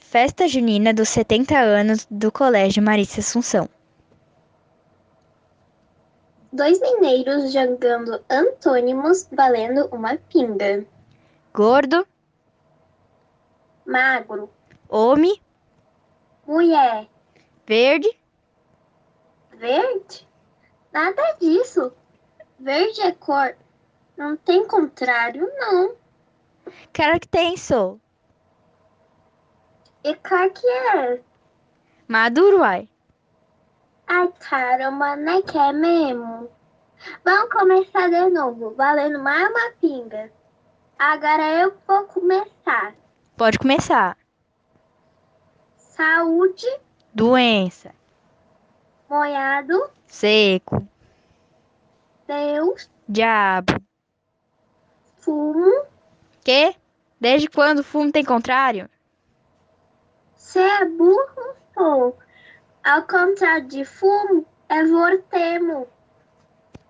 Festa junina dos 70 anos do Colégio Marista Assunção. Dois mineiros jogando antônimos valendo uma pinga. Gordo, Magro, homem, mulher, verde, verde? Nada disso. Verde é cor. Não tem contrário, não. cara que tem sou, E cá que é? maduro ai. Ai, caramba, né que é mesmo? Vamos começar de novo, valendo mais uma pinga. Agora eu vou começar. Pode começar. Saúde, Doença, molhado, seco, Deus, diabo. fumo, Que? Desde quando o fumo tem contrário? se é burro, sou. Ao contrário de fumo, é vortemo.